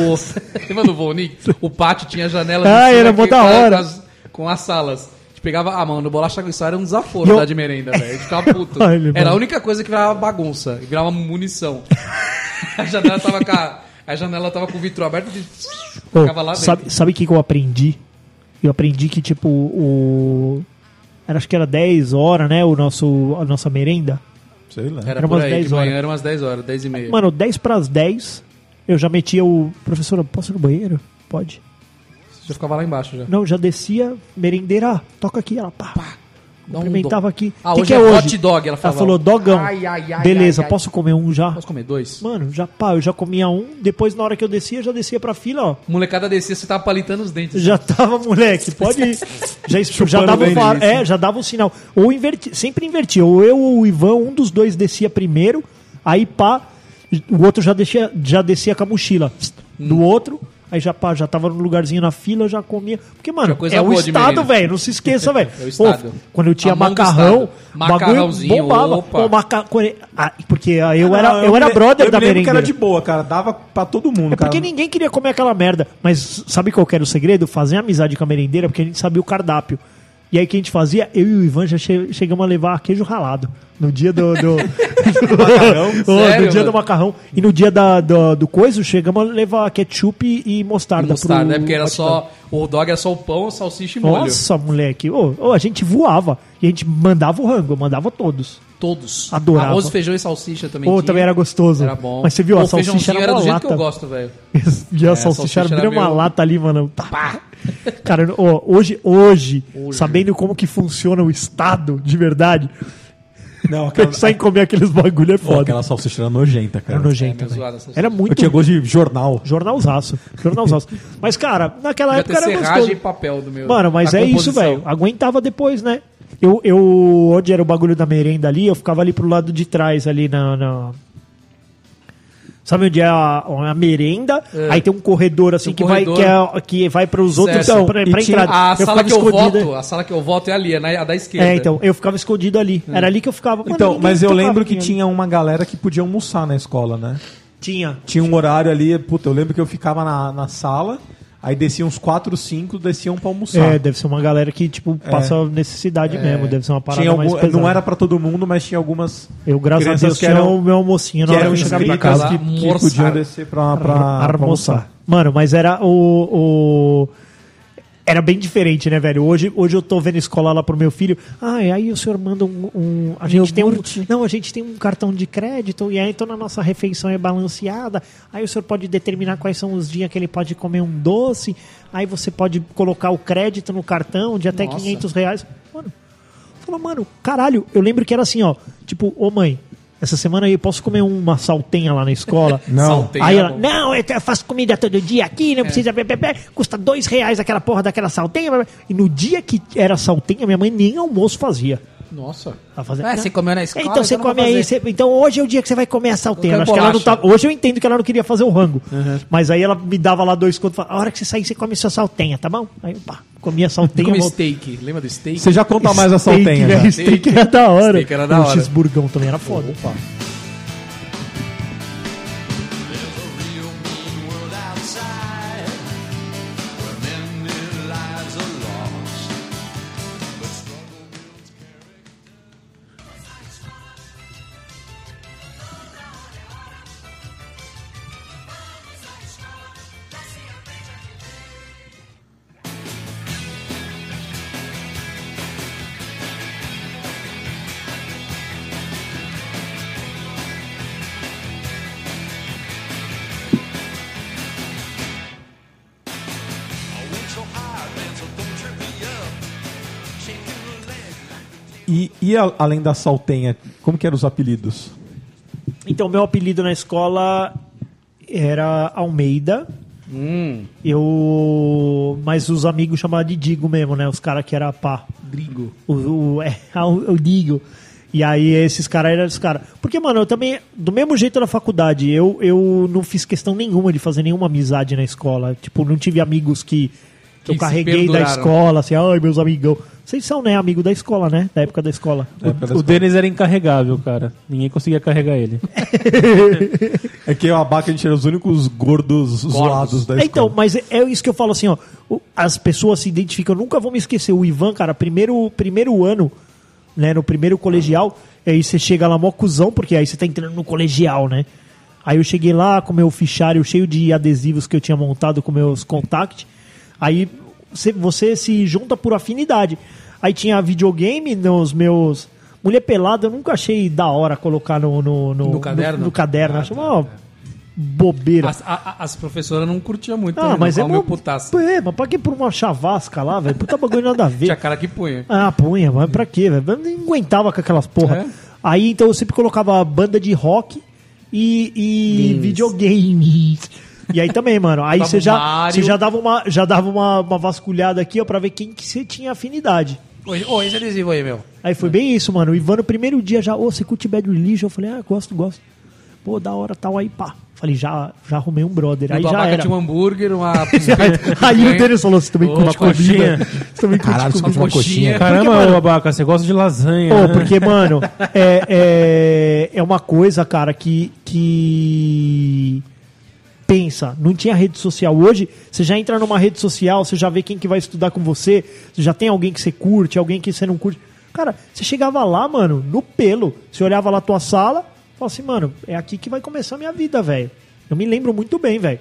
S4: Lembra do Volney? O pátio tinha janelas
S3: Ah,
S4: em cima
S3: era mó
S4: que-
S3: da
S4: com as-
S3: hora.
S4: Com as, com as salas. A gente pegava... Ah, mano, bolacha, água e sal era um desaforo
S3: E eu-
S4: da de merenda, velho. A gente
S3: [laughs]
S4: ficava puto.
S3: Olha,
S4: era a
S3: mano.
S4: única coisa que virava bagunça. que Virava munição. [laughs] a janela tava com a... A janela tava com o vitro aberto e...
S3: Ô,
S4: Ficava lá dentro.
S3: sabe, sabe o que, que eu aprendi? Eu aprendi que, tipo, o. Era, acho que era 10 horas, né? O nosso, a nossa merenda.
S1: Sei lá.
S4: Era,
S3: Era
S4: por
S3: umas
S4: aí,
S3: 10
S4: de manhã
S3: horas.
S4: eram umas 10 horas, 10 e meia.
S3: Mano, 10 pras 10, eu já metia o. Professora, posso ir no banheiro? Pode.
S4: Já ficava lá embaixo já.
S3: Não, já descia, merendeira, ah, toca aqui, ela pá.
S4: Dá um
S3: Experimentava
S4: dog.
S3: aqui.
S4: Ah,
S3: O que
S4: hoje
S3: que
S4: é
S3: é hoje?
S4: hot dog, ela
S3: Ela
S4: falava.
S3: falou, dogão.
S4: Ai, ai, ai,
S3: Beleza,
S4: ai, ai.
S3: posso comer um já?
S4: Posso comer dois?
S3: Mano, já pá, eu já comia um, depois na hora que eu descia, já descia pra fila, ó.
S4: Molecada descia, você tava palitando os dentes.
S3: Já tava, moleque, pode ir. Já, es- já, dava o
S4: bem
S3: far-
S4: delícia.
S3: é, já dava o sinal. Ou inverti, sempre invertia. Ou eu ou o Ivan, um dos dois descia primeiro, aí pá, o outro já descia, já descia com a mochila
S4: Hum.
S3: do outro. Aí já, pá, já tava no lugarzinho na fila, já comia. Porque, mano,
S4: Tinha coisa
S3: é o
S4: boa de
S3: Estado,
S4: menino.
S3: velho. Não se esqueça, velho.
S4: [laughs] É o Estado.
S3: Ô, quando eu tinha
S4: A mão do
S3: macarrão,
S4: Estado. Macarrãozinho,
S3: bagulho bombava.
S4: opa.
S3: Ô, maca- quando- ah, porque ah, eu,
S1: Ah,
S3: era,
S1: não,
S3: eu, era
S1: me-
S3: brother
S1: eu
S3: da
S1: me lembro que
S3: merendeira.
S1: era de boa, cara. Dava pra todo mundo,
S3: É
S1: cara.
S3: porque ninguém queria comer aquela merda. Mas sabe qual que era o segredo? Fazer amizade com a merendeira, porque a gente sabia o cardápio. E aí o que a gente fazia? Eu e o Ivan já che- chegamos a levar queijo ralado. No dia do. do, [laughs] macarrão?
S4: Sério,
S3: no dia
S4: mano?
S3: do macarrão. E no dia da, do, do coiso, chegamos a levar ketchup e mostarda.
S4: Mostarda,
S3: pro
S4: né? Porque era
S3: batidão.
S4: só. O hot dog era só o pão, salsicha e molho.
S3: Nossa, moleque. Ô, ô, a gente voava. E a gente mandava o rango, mandava todos.
S4: Todos.
S3: Adorava.
S4: Arroz, feijão e salsicha também.
S3: Ô,
S4: tinha.
S3: também era gostoso.
S4: Era bom.
S3: Mas você viu,
S4: Pô,
S3: a salsicha
S4: o feijãozinho
S3: era
S4: era do
S3: uma
S4: jeito que eu
S3: lata.
S4: gosto, velho.
S3: E a
S4: a É, salsicha
S3: salsicha
S4: era
S3: abriu uma
S4: meio-
S3: lata ali, mano. Pá. Cara, ó, hoje, hoje, sabendo como que funciona o Estado de verdade,
S1: Não, aquela,
S3: pensar em comer aqueles bagulho é
S1: Pô,
S3: foda.
S1: aquela salsicha era nojenta, cara.
S3: Era nojento,
S4: É, meio
S3: velho.
S4: zoada essa
S3: Era
S1: Eu
S3: muito
S1: tinha gosto de jornal.
S3: jornalzaço. Jornalzaço. mas, cara, naquela
S4: Devia
S3: época
S4: ter
S3: era
S4: serragem
S3: gostoso.
S4: e papel do meu.
S3: Mano, mas
S4: da
S3: é isso,
S4: composição.
S3: velho. Aguentava depois, né? Eu, eu, onde era o bagulho da merenda ali, eu ficava ali pro lado de trás, ali na. na- Sabe onde é a, a merenda?
S4: É.
S3: Aí tem um corredor assim
S4: Tem um
S3: que,
S4: corredor.
S3: vai, que, é- que vai pros outros
S4: Certo.
S3: pra,
S1: E
S3: pra
S1: tinha
S3: entrada.
S4: A sala
S3: ficava
S4: que eu
S3: escondido.
S4: voto, a sala que eu voto é ali, é na- a da esquerda.
S3: É, então, eu ficava escondido ali. Era ali que eu ficava. Mano,
S1: Então,
S3: ninguém
S1: mas eu
S3: tocava
S1: lembro
S3: em
S1: que
S3: mim ali.
S1: tinha uma galera que podia almoçar na escola, né?
S3: Tinha.
S1: Tinha um horário ali, puta, eu lembro que eu ficava na, na sala, aí desciam uns 4, 5, desciam um pra almoçar.
S3: É, deve ser uma galera que, tipo, passa
S4: É.
S3: necessidade mesmo. Deve ser uma parada
S1: É. tinha
S3: mais
S1: algum,
S3: pesada.
S1: não era pra todo mundo, mas tinha algumas
S3: Eu, graças a
S1: crianças
S3: Deus,
S1: que
S3: tinha o
S1: eram,
S3: meu almocinho na
S1: que
S3: hora que
S1: eram
S3: eu chegava em
S1: inscritas
S3: casa.
S4: casa.
S1: que, que
S4: Almoçar.
S1: podiam descer pra, pra, pra
S3: almoçar. Mano, mas era o, o- Era bem diferente, né, velho? Hoje, hoje eu tô vendo escola lá pro meu filho. Ah, e aí o senhor manda um. um- a gente tem um, Não, a gente tem um cartão de crédito e aí então a nossa refeição é balanceada. Aí o senhor pode determinar quais são os dias que ele pode comer um doce. Aí você pode colocar o crédito no cartão de até
S4: Nossa.
S3: 500 reais. Mano, Falou, mano, caralho, eu lembro que era assim, ó. Tipo, ô mãe, essa semana aí eu posso comer uma saltenha lá
S4: [laughs]
S3: na escola?
S1: Não.
S4: Saltenha,
S3: aí
S4: tá
S3: ela,
S4: bom. É.
S3: não, eu te- faço comida todo dia aqui, não precisa beber, custa dois reais aquela porra daquela saltenha. blá, blá. E no dia que era saltenha, minha mãe nem almoço fazia.
S4: Nossa.
S3: Ela fazia,
S4: Ah,
S3: "Não,
S4: você comeu na escola,
S3: Tá Então você
S4: então não
S3: come
S4: vou
S3: aí.
S4: fazer."
S3: você- então hoje é o dia que você vai comer a saltenha.
S4: Eu Uhum. quero
S3: Acho que ela não
S4: bolacha.
S3: tava- hoje eu entendo que ela não queria fazer o rango. Mas aí ela me dava lá dois contos. falava, A hora que você sair, você come sua saltenha, tá bom? Aí, pá, comia a saltenha.
S4: Como
S3: voltava.
S4: steak. Lembra do steak?
S1: Você já conta Então tá mais né? a
S3: Steak, né?
S1: saltenha.
S3: velho,
S1: já.
S3: Steak era da hora.
S4: Steak era da
S3: o
S4: hora.
S3: cheeseburgão também era foda.
S1: E, e a- além da Saltenha, como que eram os apelidos?
S3: Então, meu apelido na escola era Almeida.
S4: Hum.
S3: Eu. Mas os amigos chamavam de Digo mesmo, né? Os caras que era pá. Drigo. O, o, é, [laughs] o, o Digo. E aí esses caras eram os caras. Porque, mano, eu também. Do mesmo jeito na faculdade, eu, eu não fiz questão nenhuma de fazer nenhuma amizade na escola. Tipo, não tive amigos que. Que,
S4: Que
S3: eu
S4: se
S3: carreguei da
S4: perduraram.
S3: escola, assim, ai, meus amigão. Vocês são, né, amigo da escola, né? Da época da escola.
S1: Na época da
S2: O
S1: escola?
S2: Denis era incarregável, cara. Ninguém conseguia carregar ele.
S1: É que eu e a Baca, a gente era os únicos gordos zoados da
S3: É,
S1: escola.
S3: Então, mas é- é isso que eu falo assim, ó. O- As pessoas se identificam, eu nunca vou me esquecer. O Ivan, cara, primeiro, primeiro ano, né? No primeiro colegial, aí você chega lá mó cuzão, porque aí você tá entrando no colegial, né? Aí eu cheguei lá com meu fichário cheio de adesivos que eu tinha montado com meus contacts. Aí você, você se junta por afinidade. Aí tinha videogame nos meus. Mulher pelada, eu nunca achei da hora colocar no, no, no,
S4: No caderno?
S3: No, caderno.
S4: Ah,
S3: Achei
S4: tá,
S3: uma bobeira.
S4: As, a- a- as professoras não curtiam muito, né,
S3: Ah, mas é
S4: meu
S3: uma...
S4: putaço.
S3: É, mas pra que por uma chavasca lá, velho? Puta bagulho nada a
S4: [laughs] Tinha
S3: ver.
S4: cara que punha.
S3: Ah, punha, mas pra quê, velho? Eu nem aguentava com aquelas porra.
S4: É?
S3: Aí então eu sempre colocava banda de rock e, e videogames. E aí também, mano, aí
S4: Tava
S3: você já,
S4: Mario.
S3: você já dava, uma, já dava uma, uma vasculhada aqui, ó, pra ver quem que você tinha afinidade.
S4: Ô, ô, esse adesivo aí, meu.
S3: Aí foi bem isso, mano. O Ivan, no primeiro dia, já, ô, você curte Bad Religion? Eu falei, ah, gosto, gosto. Pô, da hora, tal, aí pá. Falei, já, já arrumei um brother. Aí
S4: O
S3: já
S4: babaca
S3: era.
S4: tinha um hambúrguer, uma...
S3: [laughs] Aí o Denis falou: você também
S4: Ô, tipo,
S3: curte
S4: uma
S2: coxinha.
S3: comida? Você também curte
S1: Caralho, você
S3: comida?
S1: curte uma coxinha.
S2: Caramba,
S3: é, mano-
S2: ô babaca, você gosta de lasanha.
S3: Pô,
S2: né?
S3: porque, mano, é, é, é uma coisa, cara, que, que. Pensa, não tinha rede social. Hoje, você já entra numa rede social, você já vê quem que vai estudar com você, você já tem alguém que você curte, alguém que você não curte. Cara, você chegava lá, mano, no pelo. Você olhava lá a tua sala, falava assim, mano, é aqui que vai começar a minha vida, velho. Eu me lembro muito bem, velho.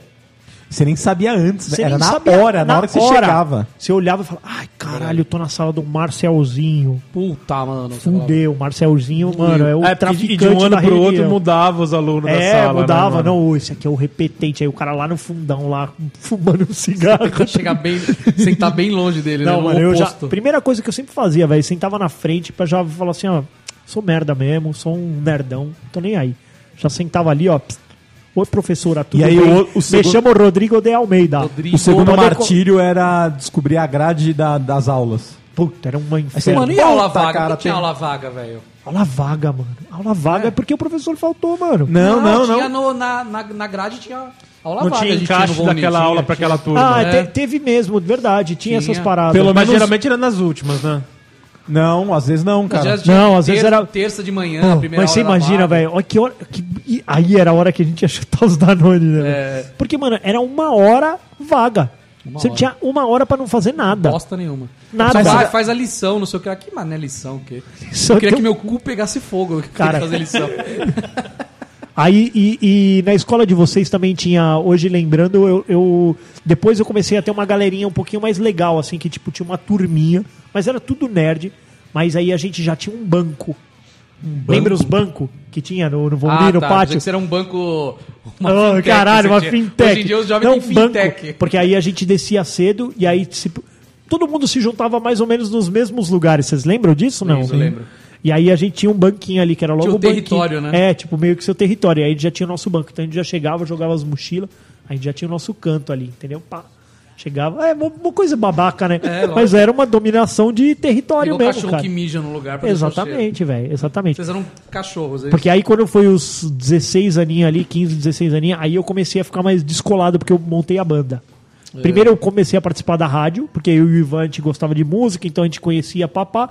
S1: Você nem sabia antes, né?
S3: Você
S1: era
S3: nem
S1: na
S3: sabia-
S1: hora, na, hora que você chegava.
S3: Você olhava e falava, ai, caralho, eu tô na sala do Marcelzinho.
S4: Puta, mano.
S3: Fudeu, Marcelzinho, mano, é o
S2: É, porque de-
S3: traficante
S2: e de um ano
S3: da
S2: pro outro
S3: reunião.
S2: mudava os alunos da
S3: É,
S2: sala. né,
S3: mudava.
S2: mano?
S3: não, esse aqui é o repetente. Aí o cara lá no fundão, lá, fumando
S2: [laughs]
S3: um cigarro.
S4: Chegar bem... Sentar bem longe dele, né?
S3: Não,
S4: No
S3: mano, eu já...
S4: oposto.
S3: Primeira coisa que eu sempre fazia, velho, sentava na frente pra já falar assim, ó, sou merda mesmo, sou um nerdão, tô nem aí. Já sentava ali, ó, pss, oi professora, tudo
S1: E aí
S3: bem?
S1: o- o segundo-
S3: Me chamo Rodrigo de Almeida.
S4: Rodrigo.
S1: O segundo
S3: mandou é co-
S1: martírio era descobrir a grade da- das aulas.
S3: Puta, era uma inferno.
S4: Mano, e a aula
S1: Puta,
S4: vaga?
S1: cara,
S4: Por que tinha
S1: tem-
S4: aula vaga, velho?
S3: Aula vaga, mano. Aula vaga é, porque o professor faltou, mano.
S1: Não, não,
S4: Tinha
S1: não.
S4: no- na, na, na grade tinha aula
S2: Não
S4: vaga.
S2: tinha
S4: a gente
S2: encaixe
S4: no Von
S2: daquela
S4: Ney,
S2: aula
S4: tinha,
S2: pra
S4: tinha.
S2: aquela turma.
S3: Ah,
S4: É.
S3: te- teve mesmo, de verdade. Tinha,
S4: Tinha.
S3: essas paradas.
S2: Pelo
S3: Mas
S2: menos geralmente era nas últimas, né?
S1: Não, às vezes não,
S4: Às
S1: cara.
S4: vezes tinha
S3: Não, às vezes
S4: ter-
S3: era-
S4: Terça de manhã, a
S3: Pô,
S4: primeira
S3: mas você
S4: aula da
S3: imagina,
S4: vaga.
S3: velho, olha que hora. Que, e aí era a hora que a gente ia [laughs] chutar os Danone, né? velho? Porque, mano, era uma hora vaga. você
S4: É. hora.
S3: tinha uma hora pra não fazer nada.
S4: Bosta nenhuma.
S3: Nada.
S4: Só vai,
S3: Mas-
S4: faz a lição, não sei o que. lá. Que mané lição, o
S3: [laughs]
S4: quê?
S3: Só
S4: Eu queria
S3: que
S4: que
S3: eu-
S4: meu cu pegasse fogo. Eu queria
S3: Cara.
S4: fazer
S3: [laughs]
S4: lição.
S3: Aí, e, e na escola de vocês também tinha, hoje lembrando, eu, eu- Depois eu comecei a ter uma galerinha um pouquinho mais legal, assim, que tipo, tinha uma turminha, mas era tudo nerd. Mas aí a gente já tinha um banco. Lembra os bancos que tinha no, no Vondir, no
S4: Ah, pensei
S3: pátio?
S4: que você era um banco. uma
S3: Ah,
S4: fintech,
S3: caralho,
S4: você
S3: uma
S4: tinha.
S3: fintech.
S4: Hoje em dia os jovens
S3: Não,
S4: têm fintech. um
S3: banco, porque aí a gente descia cedo e aí se- todo mundo se juntava mais ou menos nos mesmos lugares. Vocês lembram disso? Não.
S4: Isso, eu lembro.
S3: E aí a gente tinha um banquinho ali, que era logo
S4: Tinha o
S3: o banquinho.
S4: território, né?
S3: É, tipo, meio que seu território. E aí já tinha o nosso banco. Então a gente já chegava, jogava as mochilas, a gente já tinha o nosso canto ali, entendeu? Pá. Chegava. É uma, uma coisa babaca, né?
S4: É, lógico.
S3: Mas era uma dominação de território
S4: Igual
S3: mesmo,
S4: cachorro
S3: cara.
S4: que mija no lugar pra deixar o cheiro.
S3: Exatamente, velho. Exatamente.
S4: Vocês eram cachorros. é isso?
S3: Porque aí quando foi os 16 aninhos ali, 15, 16 aninhos, aí eu comecei a ficar mais descolado, porque eu montei a banda. Primeiro eu comecei a participar da rádio, porque eu e o Ivan a gente gostava de música, então a gente conhecia papá.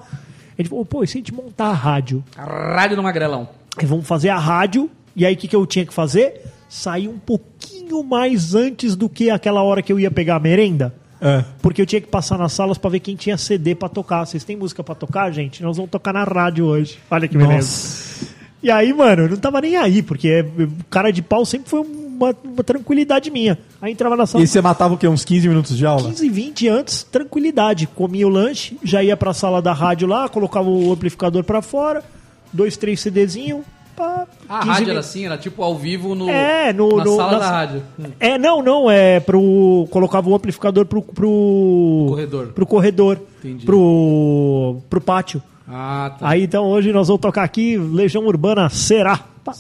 S3: A gente falou, pô, e se a gente montar a rádio?
S4: Caralho do magrelão.
S3: Aí vamos fazer a rádio, e aí o que, que eu tinha que fazer? Sair um pouquinho mais antes do que aquela hora que eu ia pegar a merenda.
S1: É.
S3: Porque eu tinha que passar nas salas pra ver quem tinha CD pra tocar. Vocês têm música pra tocar, gente? Nós vamos tocar na rádio hoje. Olha que beleza. E aí, mano, eu não tava nem aí, porque é- cara de pau sempre foi uma, uma tranquilidade minha. Aí entrava na sala
S1: E você matava o quê? Uns 15 minutos de aula?
S3: 15, 20 antes, tranquilidade. Comia o lanche, já ia pra sala da rádio lá, colocava o amplificador pra fora, dois, três CDzinho, pá,
S4: A
S3: 15
S4: rádio
S3: min-
S4: era assim, era tipo ao vivo no,
S3: É, no-
S4: na
S3: no-
S4: sala
S3: na-
S4: da rádio. Hum.
S3: É, não, não, é pro. Colocava o amplificador pro. pro
S4: Corredor.
S3: Pro corredor.
S4: Entendi.
S3: Pro. pro pátio.
S4: Ah, tá.
S3: Aí então hoje nós vamos tocar aqui Legião Urbana Será. Pá.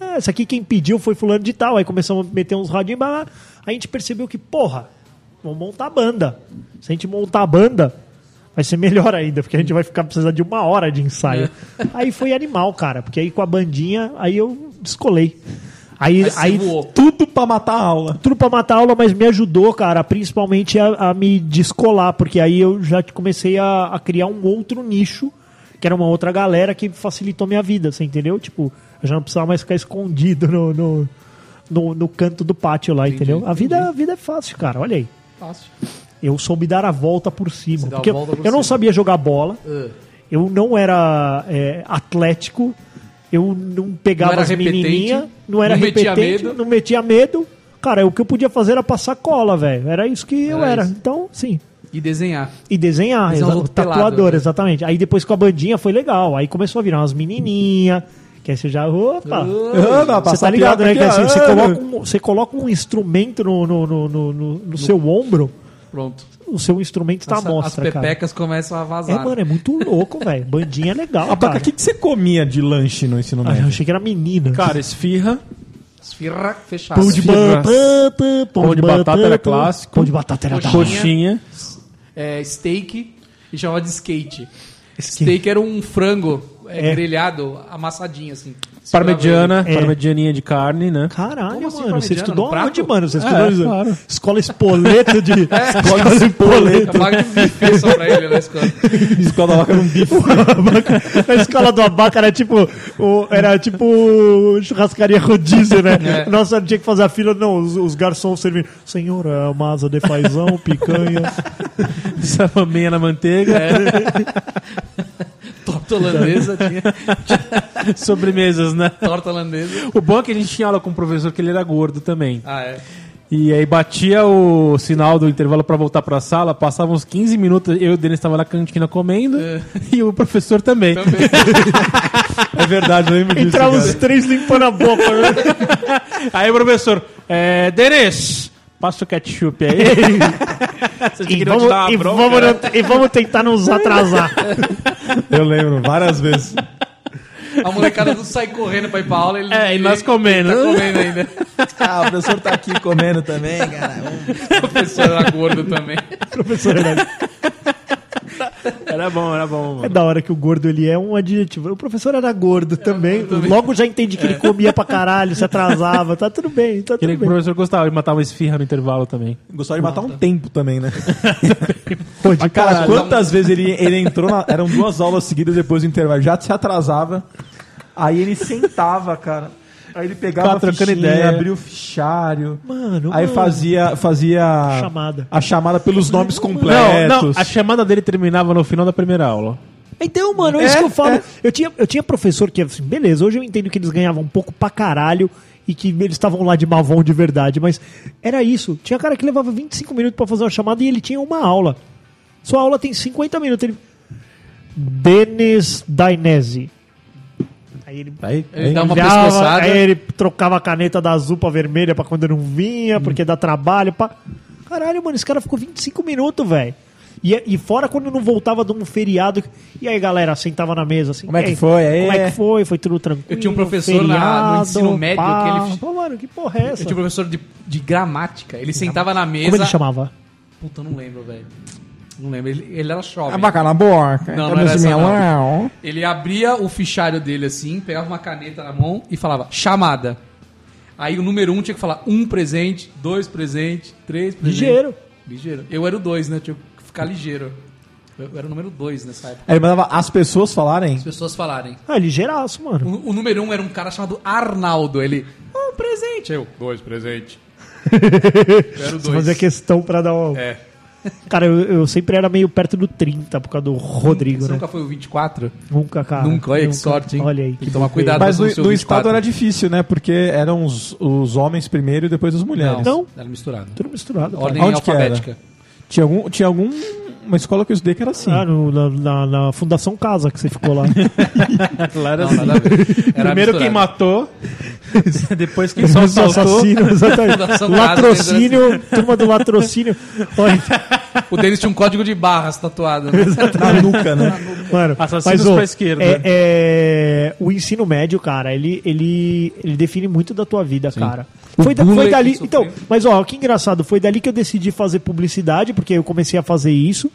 S3: É, essa aqui quem pediu foi Fulano de Tal. Aí começamos a meter uns radinhos. mas A gente percebeu que, porra, vamos montar banda. Se a gente montar a banda, vai ser melhor ainda, porque a gente vai ficar precisando de uma hora de ensaio.
S4: É.
S3: Aí foi animal, cara, porque aí com a bandinha, aí eu descolei. Aí,
S4: Aí você
S3: aí
S4: voou.
S1: Tudo pra matar a aula.
S3: tudo pra matar a aula, mas me ajudou, cara, principalmente a, a me descolar, porque aí eu já comecei a, a criar um outro nicho, que era uma outra galera que facilitou minha vida, você entendeu? Tipo, eu já não precisava mais ficar escondido no, no, no, no canto do pátio lá, entendeu? A vida, a vida é fácil, cara, olha aí.
S4: Fácil.
S3: Eu soube dar a volta por
S4: dá
S3: cima,
S4: a
S3: porque eu-
S4: volta por
S3: eu não
S4: cima.
S3: sabia jogar bola,
S4: Ah.
S3: eu não era é, atlético, eu não pegava
S4: Não era
S3: as
S4: repetente,
S3: menininhas, não era
S4: não metia
S3: repetente,
S4: medo.
S3: não metia medo. Cara, o que eu podia fazer era passar cola, velho. Era isso que eu
S4: Era
S3: era.
S4: isso.
S3: Então, sim.
S4: E desenhar.
S3: E desenhar,
S4: Desenhar os
S3: exa
S4: outros
S3: tatuador,
S4: pelado, né?
S3: exatamente. Aí depois com a bandinha foi legal. Aí começou a virar umas menininha, que aí você já, opa...
S1: Ah,
S3: Você tá ligado, né? Que
S1: é
S3: assim, você, coloca um, você coloca um instrumento no, no, no, no- no- no seu ombro,
S4: Pronto.
S3: o seu instrumento tá à
S4: As-
S3: mostra,
S4: As
S3: cara.
S4: pepecas começam a
S3: É,
S4: vazar.
S3: mano, é muito louco, velho. Bandinha é
S1: [laughs]
S3: legal,
S1: Ah, Paca,
S3: cara.
S1: o que, que você comia de lanche no ensino
S3: Ah, eu
S1: médio?
S3: achei que era menina.
S2: Né, Cara, esfirra.
S4: Esfirra, fechado.
S3: pão de
S2: fibras.
S3: batata,
S2: Pão de batata era clássico.
S3: Pão de batata era da hora.
S2: Coxinha.
S4: É, steak e chamava de skate. Steak era um frango é,
S3: É.
S4: grelhado, amassadinho, assim.
S2: Parmegiana.
S3: É.
S2: Parmegianinha de carne, né?
S3: Caralho,
S4: Como assim,
S3: mano, você
S4: parmegiana?
S3: estudou
S4: No prato?
S3: onde, mano? Você
S2: É,
S3: estudou isso?
S2: claro. É,
S3: escola
S2: [laughs]
S3: espoleto
S1: [laughs]
S3: de... escola
S4: Eu pago um buffet só pra ele na escola.
S1: Escola da vaca num bife.
S3: A escola do Abaca era tipo, o- era tipo churrascaria rodízio, né?
S4: É.
S3: Nossa, não tinha que fazer a fila, não. Os, os garçons servindo. Senhor, é uma asa
S2: [laughs]
S3: de paizão, picanha.
S2: Salaminha na manteiga.
S1: É.
S4: Torta holandesa, tinha
S2: [laughs] Sobremesas, né?
S4: torta holandesa.
S2: O bom é que a gente tinha aula com um professor que ele era gordo também.
S4: Ah, é.
S2: E aí batia o sinal do intervalo pra voltar pra sala, passavam uns 15 minutos, eu e o Denis estava na cantina comendo
S4: É.
S2: e o professor também.
S1: [laughs]
S4: Também.
S2: É verdade, eu lembro disso.
S3: Entrar
S2: cara.
S3: os três limpando a boca. né?
S2: Aí, professor, é, Denis, passa o ketchup aí.
S3: [laughs]
S2: Você
S3: E
S2: queria
S3: vamos,
S2: te dar uma
S3: e
S2: bronca.
S3: vamos não- e vamos
S2: [laughs]
S3: tentar nos atrasar.
S1: Eu lembro, várias vezes.
S4: A molecada tudo sai correndo pra ir pra aula. Ele,
S2: É, e nós
S4: ele
S2: comendo.
S4: Tá comendo ainda.
S1: Ah, o professor tá aqui comendo também, cara.
S4: O professor era gordo também.
S3: Professor, né?
S2: Era bom, era bom.
S3: É
S2: Mano.
S3: da hora que o gordo ele é um adjetivo. O professor era gordo
S1: É,
S3: também. Logo já entendi que ele comia pra caralho, se atrasava. Tá tudo bem, tá tudo
S2: Queria que o
S3: bem.
S2: professor gostava de matar uma esfirra no intervalo também.
S1: Gostava de matar um tempo também, né?
S3: Pô, de
S1: Cara, um-
S3: caralho.
S1: quantas vezes ele, ele entrou na. Eram duas aulas seguidas depois do intervalo. Já se atrasava. Aí ele sentava, cara. Aí ele pegava
S2: Ficava
S1: a
S2: trocando
S1: fichinha,
S2: ideia.
S1: abria o fichário.
S3: Mano,
S1: aí
S3: mano.
S1: fazia, fazia
S3: Chamada.
S1: a chamada pelos nomes
S2: Não,
S1: completos.
S2: não, a chamada dele terminava no final da primeira aula.
S3: Então, mano, é isso
S1: É,
S3: que eu falo.
S1: é.
S3: Eu, tinha, eu tinha professor que, assim, beleza, hoje eu entendo que eles ganhavam um pouco pra caralho e que eles estavam lá de mavão de verdade, mas era isso. Tinha cara que levava 25 minutos pra fazer uma chamada e ele tinha uma aula. Sua aula tem 50 minutos. Ele... Denis Dainese. Aí ele
S1: Aí,
S4: Ele dá uma
S3: Olhava,
S4: pescoçada.
S3: Aí ele trocava a caneta da azul pra vermelha pra quando não
S1: Hum.
S3: vinha, porque dá trabalho. Pra... Caralho, mano, esse cara ficou 25 minutos, velho. E, e fora quando não voltava de um feriado. E aí, galera, sentava na mesa assim.
S1: Como é que
S3: "Ei,
S1: foi? É."
S3: Como é que foi? Foi tudo tranquilo.
S4: Eu tinha um professor na- no ensino médio que ele-
S3: Pô, mano, que porra é essa?
S4: Eu tinha um professor de, de gramática. Ele sentava na mesa.
S3: Como ele chamava?
S4: Puta, eu não lembro, velho. Não lembro. Ele, ele era jovem.
S1: A vaca na boca.
S4: Não, não era essa, não. Ele abria o fichário dele assim, pegava uma caneta na mão e falava chamada. Aí o número um tinha que falar um presente, dois presente, três presente.
S3: Ligeiro.
S4: Ligeiro. Eu era o dois, né? Tinha que ficar ligeiro. Eu eu era o número dois nessa época.
S1: Aí ele mandava as pessoas falarem.
S4: As pessoas falarem.
S3: Ah, ele geraço, mano.
S4: O, o número um era um cara chamado Arnaldo. Ele, um presente. Eu, dois presente. eu era o
S3: Você fazia
S4: dois.
S3: questão pra dar uma.
S4: É.
S3: Cara, eu, eu sempre era meio perto do 30 por causa do Rodrigo,
S4: Você
S3: né? Ah,
S4: nunca foi o 24?
S3: Nunca, cara.
S4: Nunca, olha que sorte, hein?
S3: Olha aí.
S4: Tem que
S3: que
S4: tomar
S3: bobeira.
S4: cuidado.
S1: Mas
S4: no
S1: no,
S4: seu
S1: no
S4: 24.
S1: estado era difícil, né? Porque eram os, os homens primeiro e depois as mulheres. Então?
S3: Não.
S4: Era misturado.
S3: Tudo misturado. cara.
S4: Ordem
S1: Onde que era?
S4: alfabética.
S1: Tinha algum, tinha algum uma escola que eu estudei que era assim.
S3: Ah, no- na, na- na Fundação Casa que você
S4: [laughs]
S3: ficou lá.
S2: Claro,
S4: Não,
S2: assim.
S4: nada a ver. Era
S2: Primeiro
S4: misturado.
S2: quem [laughs] matou, depois quem só assaltou.
S3: assassino, exatamente.
S4: Fundação Casa,
S3: Latrocínio, turma do latrocínio. Olha,
S4: O deles tinha um código de barras tatuado. né?
S1: [laughs] Na
S3: tá. [laughs]
S1: nuca, né?
S3: Mano,
S2: Assassinos
S3: ô,
S2: pra esquerda.
S3: É, é, o ensino médio, cara, ele, ele, ele define muito da tua vida, cara. Foi, da-
S4: bullying
S3: foi
S4: que
S3: dali.
S4: sofreu.
S3: Então, mas ó, que engraçado, foi dali que eu decidi fazer publicidade, porque eu comecei a fazer isso.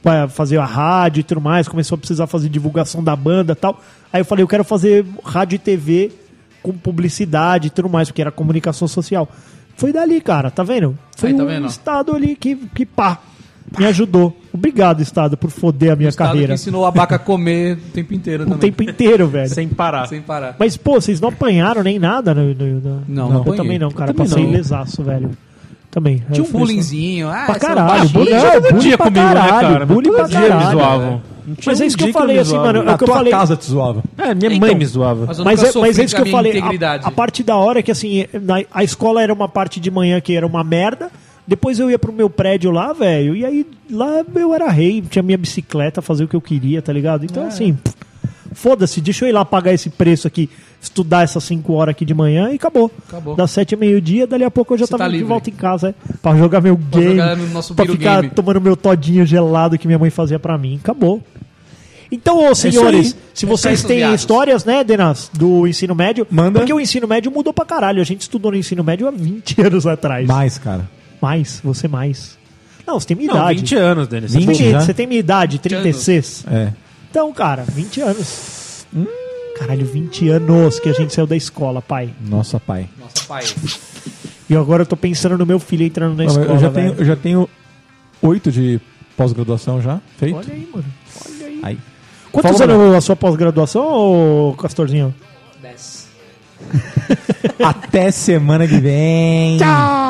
S3: Pra fazer a rádio e tudo mais, começou a precisar fazer divulgação da banda e tal. Aí eu falei, eu quero fazer rádio e TV com publicidade e tudo mais, porque era comunicação social. Foi dali, cara, tá vendo? Foi
S4: Aí, tá
S3: o
S4: vendo?
S3: Estado ali que, que pá, me ajudou. Obrigado, Estado, por foder a minha
S4: Estado que
S3: carreira
S4: ensinou a vaca a comer o tempo inteiro
S3: o
S4: também.
S3: tempo inteiro, velho.
S2: Sem parar.
S4: Sem parar.
S3: Mas, pô, vocês não apanharam nem nada? No, no- no-
S4: Não, não
S3: Eu
S4: apanhei.
S3: também não, cara.
S4: Eu também
S3: Passei
S4: não.
S3: lesaço, velho. Também.
S4: Tinha
S3: Eu
S4: um
S3: fui-
S4: bullyingzinho. Ah,
S3: Pra
S4: esse é um
S3: caralho,
S4: baixinho.
S3: bullying,
S2: Não,
S3: bullying
S2: dia
S3: pra
S2: comigo,
S3: caralho,
S2: né, cara?
S3: bullying
S2: Todo
S3: pra
S2: dia me
S3: caralho,
S2: zoavam. Não tinha
S3: Mas é
S2: um
S3: isso que eu
S2: dia
S3: falei,
S2: me
S3: assim,
S2: zoavam.
S3: mano, É o
S1: Na
S3: que eu
S1: tua
S3: falei.
S1: casa te zoava.
S2: É, minha
S4: Então,
S2: mãe me zoava.
S4: Mas, eu
S3: Mas
S4: nunca
S3: é, mas
S4: sofri
S3: é isso
S4: com
S3: que
S4: a
S3: eu
S4: minha
S3: falei.
S4: Integridade.
S3: A, a parte da hora é que, assim, na- a escola era uma parte de manhã que era uma merda. Depois eu ia pro meu prédio lá, velho. E aí lá eu era rei, tinha minha bicicleta, fazer o que eu queria, tá ligado? Então,
S4: É.
S3: assim, pff, foda-se, deixa eu ir lá pagar esse preço aqui, estudar essas 5 horas aqui de manhã e acabou.
S4: Acabou.
S3: Das 7 ao meio-dia, dali a pouco eu já
S4: Você
S3: tava
S4: tá
S3: de
S4: livre.
S3: volta em casa, é, pra jogar meu game.
S4: jogar no nosso
S3: pra
S4: Biro
S3: ficar
S4: Game.
S3: tomando meu todinho gelado que minha mãe fazia pra mim. Acabou. Então, ô,
S1: aí.
S3: senhores, se
S4: É isso aí,
S3: vocês
S4: seus
S3: têm
S4: viados.
S3: história histórias, né, Denas, do ensino médio.
S1: Manda.
S3: Porque o ensino médio mudou pra caralho. A gente estudou no ensino médio há 20 [laughs] anos atrás.
S1: Mais, cara.
S3: Mais, você mais. Não, você tem minha
S2: Não,
S3: idade.
S2: 20 anos, Denis.
S3: Você tem-
S1: 20 já?
S3: Você tem minha idade, 36.
S1: É.
S3: Então, cara, 20 anos. Caralho, 20 anos que a gente saiu da escola, pai.
S1: Nossa, pai.
S4: Nossa, pai.
S3: E agora eu tô pensando no meu filho entrando na
S1: Não,
S3: escola.
S1: eu, já
S3: velho.
S1: tenho, eu já tenho oito de pós-graduação já feito.
S3: Olha aí, mano. Olha aí.
S1: Aí.
S3: Quantos
S1: Fala,
S3: anos a sua pós-graduação, ô Castorzinho?
S4: Desce.
S1: Até semana que vem. Tchau.